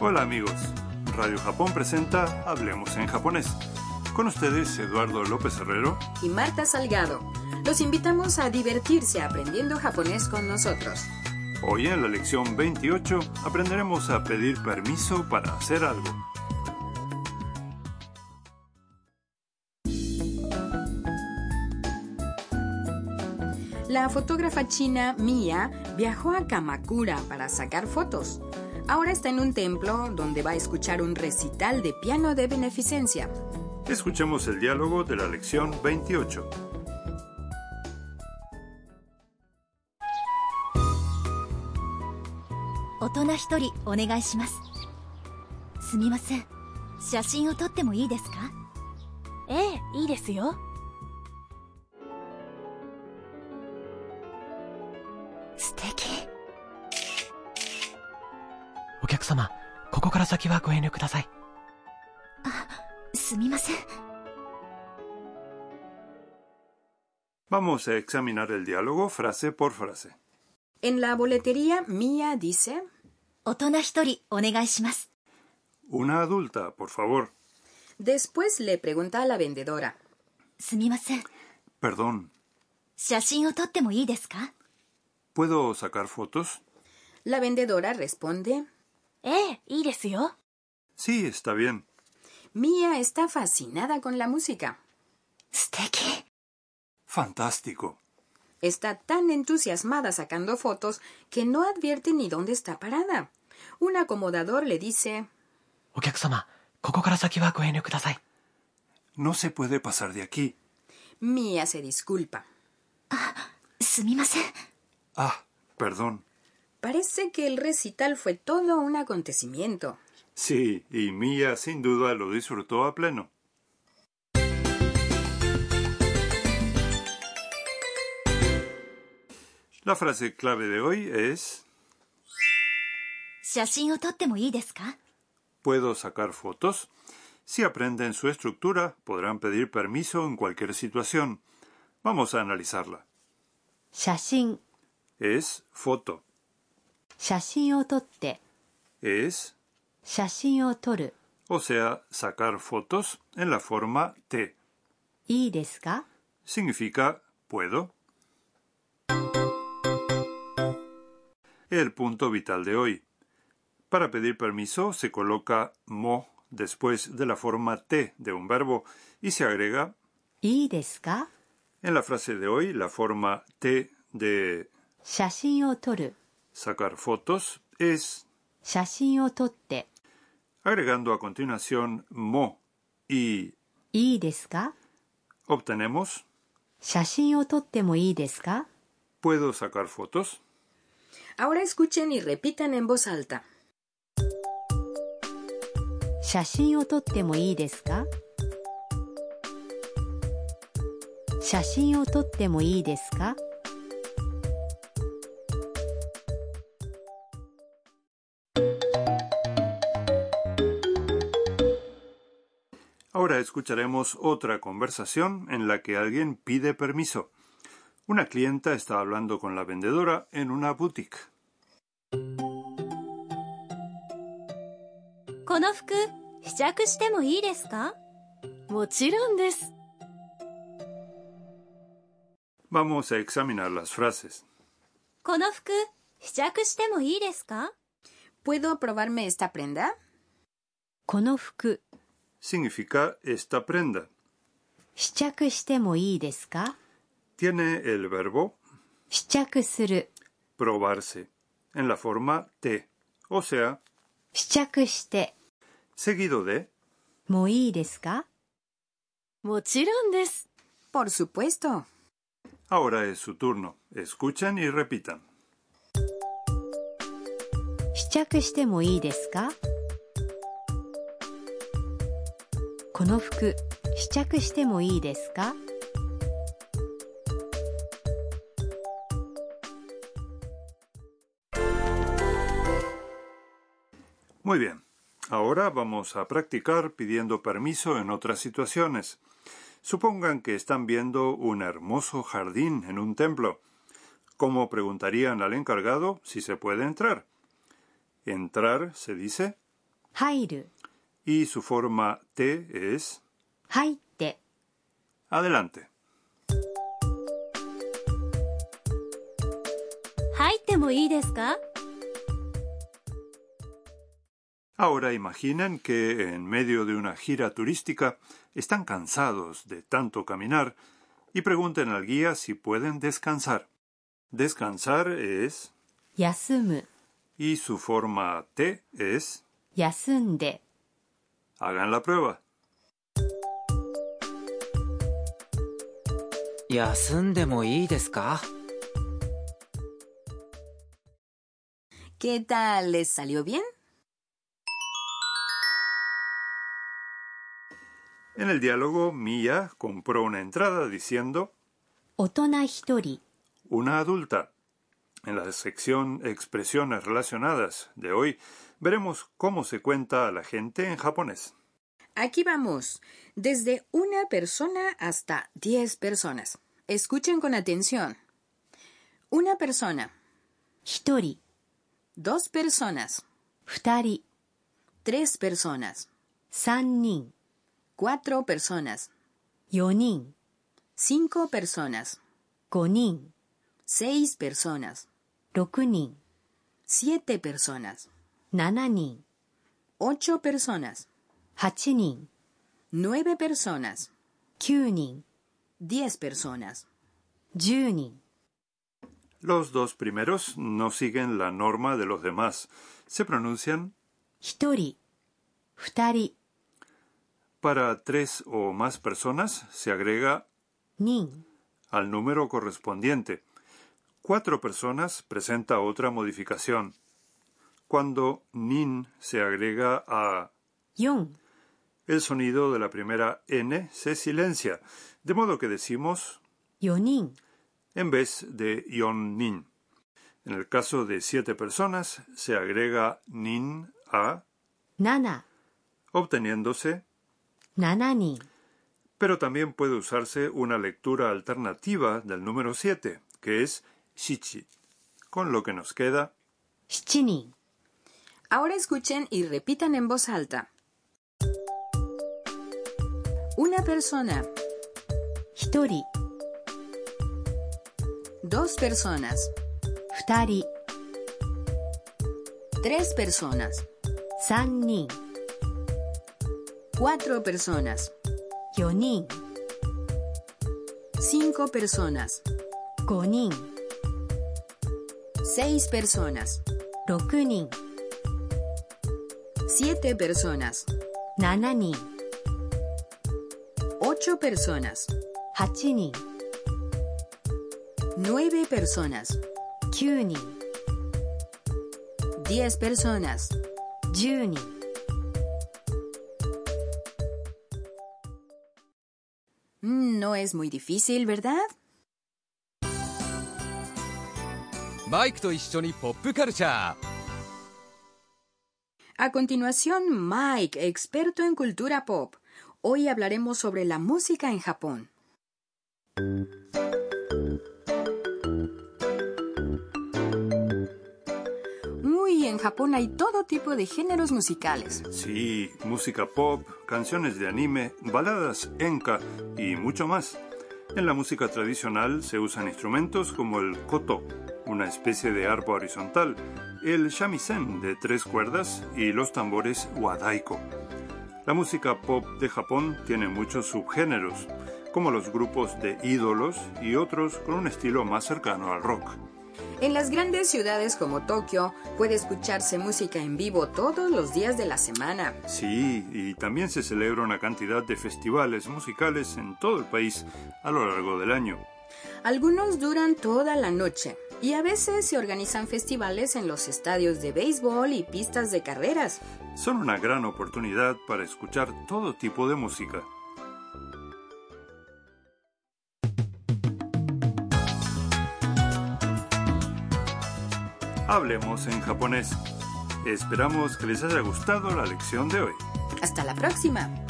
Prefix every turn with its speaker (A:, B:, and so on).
A: Hola amigos, Radio Japón presenta Hablemos en japonés. Con ustedes Eduardo López Herrero
B: y Marta Salgado. Los invitamos a divertirse aprendiendo japonés con nosotros.
A: Hoy en la lección 28 aprenderemos a pedir permiso para hacer algo.
B: La fotógrafa china Mia viajó a Kamakura para sacar fotos. Ahora está en un templo donde va a escuchar un recital de piano de beneficencia.
A: Escuchemos el diálogo de la lección 28.
C: 大人一人お願いしますすみません写真を撮ってもいいですか
D: ええいいですよ
C: 素敵
E: お客様ここから先はご遠慮ください
C: すみません
A: Vamos a examinar el diálogo frase por frase.
B: En la boletería, Mia dice,
C: 大人一人お願いします
A: Una adulta, por favor.
B: después le pregunta a la vendedora,
C: すみません
A: Perdón,
C: 写真を撮ってもいいですか
A: ¿puedo sacar fotos?
B: La vendedora responde,
D: ええいいですよ
A: Sí, está bien.
B: Mia está fascinada con la música.
C: 素敵
A: Fantástico.
B: Está tan entusiasmada sacando fotos que no advierte ni dónde está parada. Un acomodador le dice,
E: お客様ここから先はご遠慮ください
A: No se puede pasar de aquí.
B: Mia se disculpa.
C: すみません
A: Ah, perdón.
B: Parece que el recital fue todo un acontecimiento.
A: Sí, y Mia sin duda lo disfrutó a pleno. La frase clave de hoy es
C: 写真を撮ってもいいですか
A: ¿Puedo sacar fotos? Si aprenden su estructura, podrán pedir permiso en cualquier situación. Vamos a analizarla.
F: 写真
A: Es foto.
F: 写真を撮って
A: Es,
F: 写真を撮る
A: o sea, sacar fotos en la forma T.
F: いいですか
A: significa puedo. El punto vital de hoy. Para pedir permiso se coloca mo después de la forma te de un verbo y se agrega
F: いいですか
A: en la frase de hoy la forma te de
F: 写真を撮る
A: sacar fotos es
F: 写真を撮って
A: agregando a continuación mo y
F: いいですか
A: obtenemos
F: 写真を撮ってもいいですか
A: puedo sacar fotos.
B: Ahora escuchen y repitan en voz alta.
F: 写真を撮ってもいいですか写真を撮ってもいいですか
A: Ahora escucharemos otra conversación en la que alguien pide permiso. Una clienta está hablando con la vendedora en una boutique.
D: この服試着してもいいですかもちろんです
A: Vamos a examinar las frases.
D: この服試着してもいいですか
B: ¿Puedo probarme esta prenda?
F: この服
A: Significa esta prenda.
F: 試着してもいいですか
A: Tiene el verbo
F: 試着する
A: probarse en la forma te, o sea,
F: 試着して
A: seguido de
F: もういいですか
D: もちろんです
B: Por supuesto.
A: ahora es su turno. Escuchen y repitan.
F: 試着してもいいですかこの服試着してもいいですか
A: Muy bien. Ahora vamos a practicar pidiendo permiso en otras situaciones. Supongan que están viendo un hermoso jardín en un templo. ¿Cómo preguntarían al encargado si se puede entrar? Entrar se dice
F: 入る、
A: y su forma T es
F: 入って、
A: adelante.
D: 入ってもいいですか
A: Ahora imaginen que en medio de una gira turística están cansados de tanto caminar y pregunten al guía si pueden descansar. Descansar es
F: 休む、
A: y su forma T es
F: 休んで、
A: hagan la prueba.
E: 休んでもいいですか
B: ¿Qué tal? ¿Les salió bien?
A: En el diálogo, Mia compró una entrada diciendo
F: 大人一人、
A: una adulta. En la sección Expresiones relacionadas de hoy veremos cómo se cuenta a la gente en japonés.
B: Aquí vamos, desde una persona hasta 10 personas. Escuchen con atención. Una persona,
F: 一人、
B: dos personas,
F: 二人、
B: tres personas,
F: 三人、
B: cuatro personas,
F: 四人、
B: cinco personas,
F: 五人、
B: seis personas,
F: 六人、
B: siete personas,
F: 七人、
B: ocho personas,
F: 八人、
B: nueve personas,
F: 九人、
B: diez personas.
F: 十人、
A: Los dos primeros no siguen la norma de los demás. Se pronuncian
F: 一人、二人、
A: para tres o más personas, se agrega
F: 人、
A: al número correspondiente. Cuatro personas presenta otra modificación. Cuando nin se agrega a
F: 四、
A: el sonido de la primera n se silencia, de modo que decimos
F: 四人、
A: en vez de yon nin. En el caso de siete personas se agrega nin a,
F: 七、
A: obteniéndose
F: 七人、
A: pero también puede usarse una lectura alternativa del número 7, que es shichi, con lo que nos queda
F: 七人、
B: Ahora escuchen y repitan en voz alta. Una persona,
F: 一人、
B: dos personas,
F: 二人、
B: tres personas,
F: 三人、
B: cuatro personas,
F: 四人、
B: cinco personas,
F: 五人、
B: seis personas,
F: 六人、
B: siete personas,
F: 七人、
B: ocho personas,
F: 八人、
B: nueve personas,
F: 九人、
B: diez personas.
F: 十人、
B: Mm, No es muy difícil, ¿verdad?
G: バイクと一緒にポップカルチャー
B: A continuación, Mike, experto en cultura pop. Hoy hablaremos sobre la música en Japón. Uy, en Japón hay todo tipo de géneros musicales.
A: sí, música pop, canciones de anime, baladas enka y mucho más. En la música tradicional se usan instrumentos como el koto, una especie de arpa horizontal, el shamisen de tres cuerdas y los tambores wadaiko. La música pop de Japón tiene muchos subgéneros, como los grupos de ídolos y otros con un estilo más cercano al rock.
B: En las grandes ciudades como Tokio puede escucharse música en vivo todos los días de la semana.
A: Sí, y también se celebra una cantidad de festivales musicales en todo el país a lo largo del año.
B: Algunos duran toda la noche y a veces se organizan festivales en los estadios de béisbol y pistas de carreras.
A: Son una gran oportunidad para escuchar todo tipo de música. Hablemos en japonés. Esperamos que les haya gustado la lección de hoy.
B: Hasta la próxima.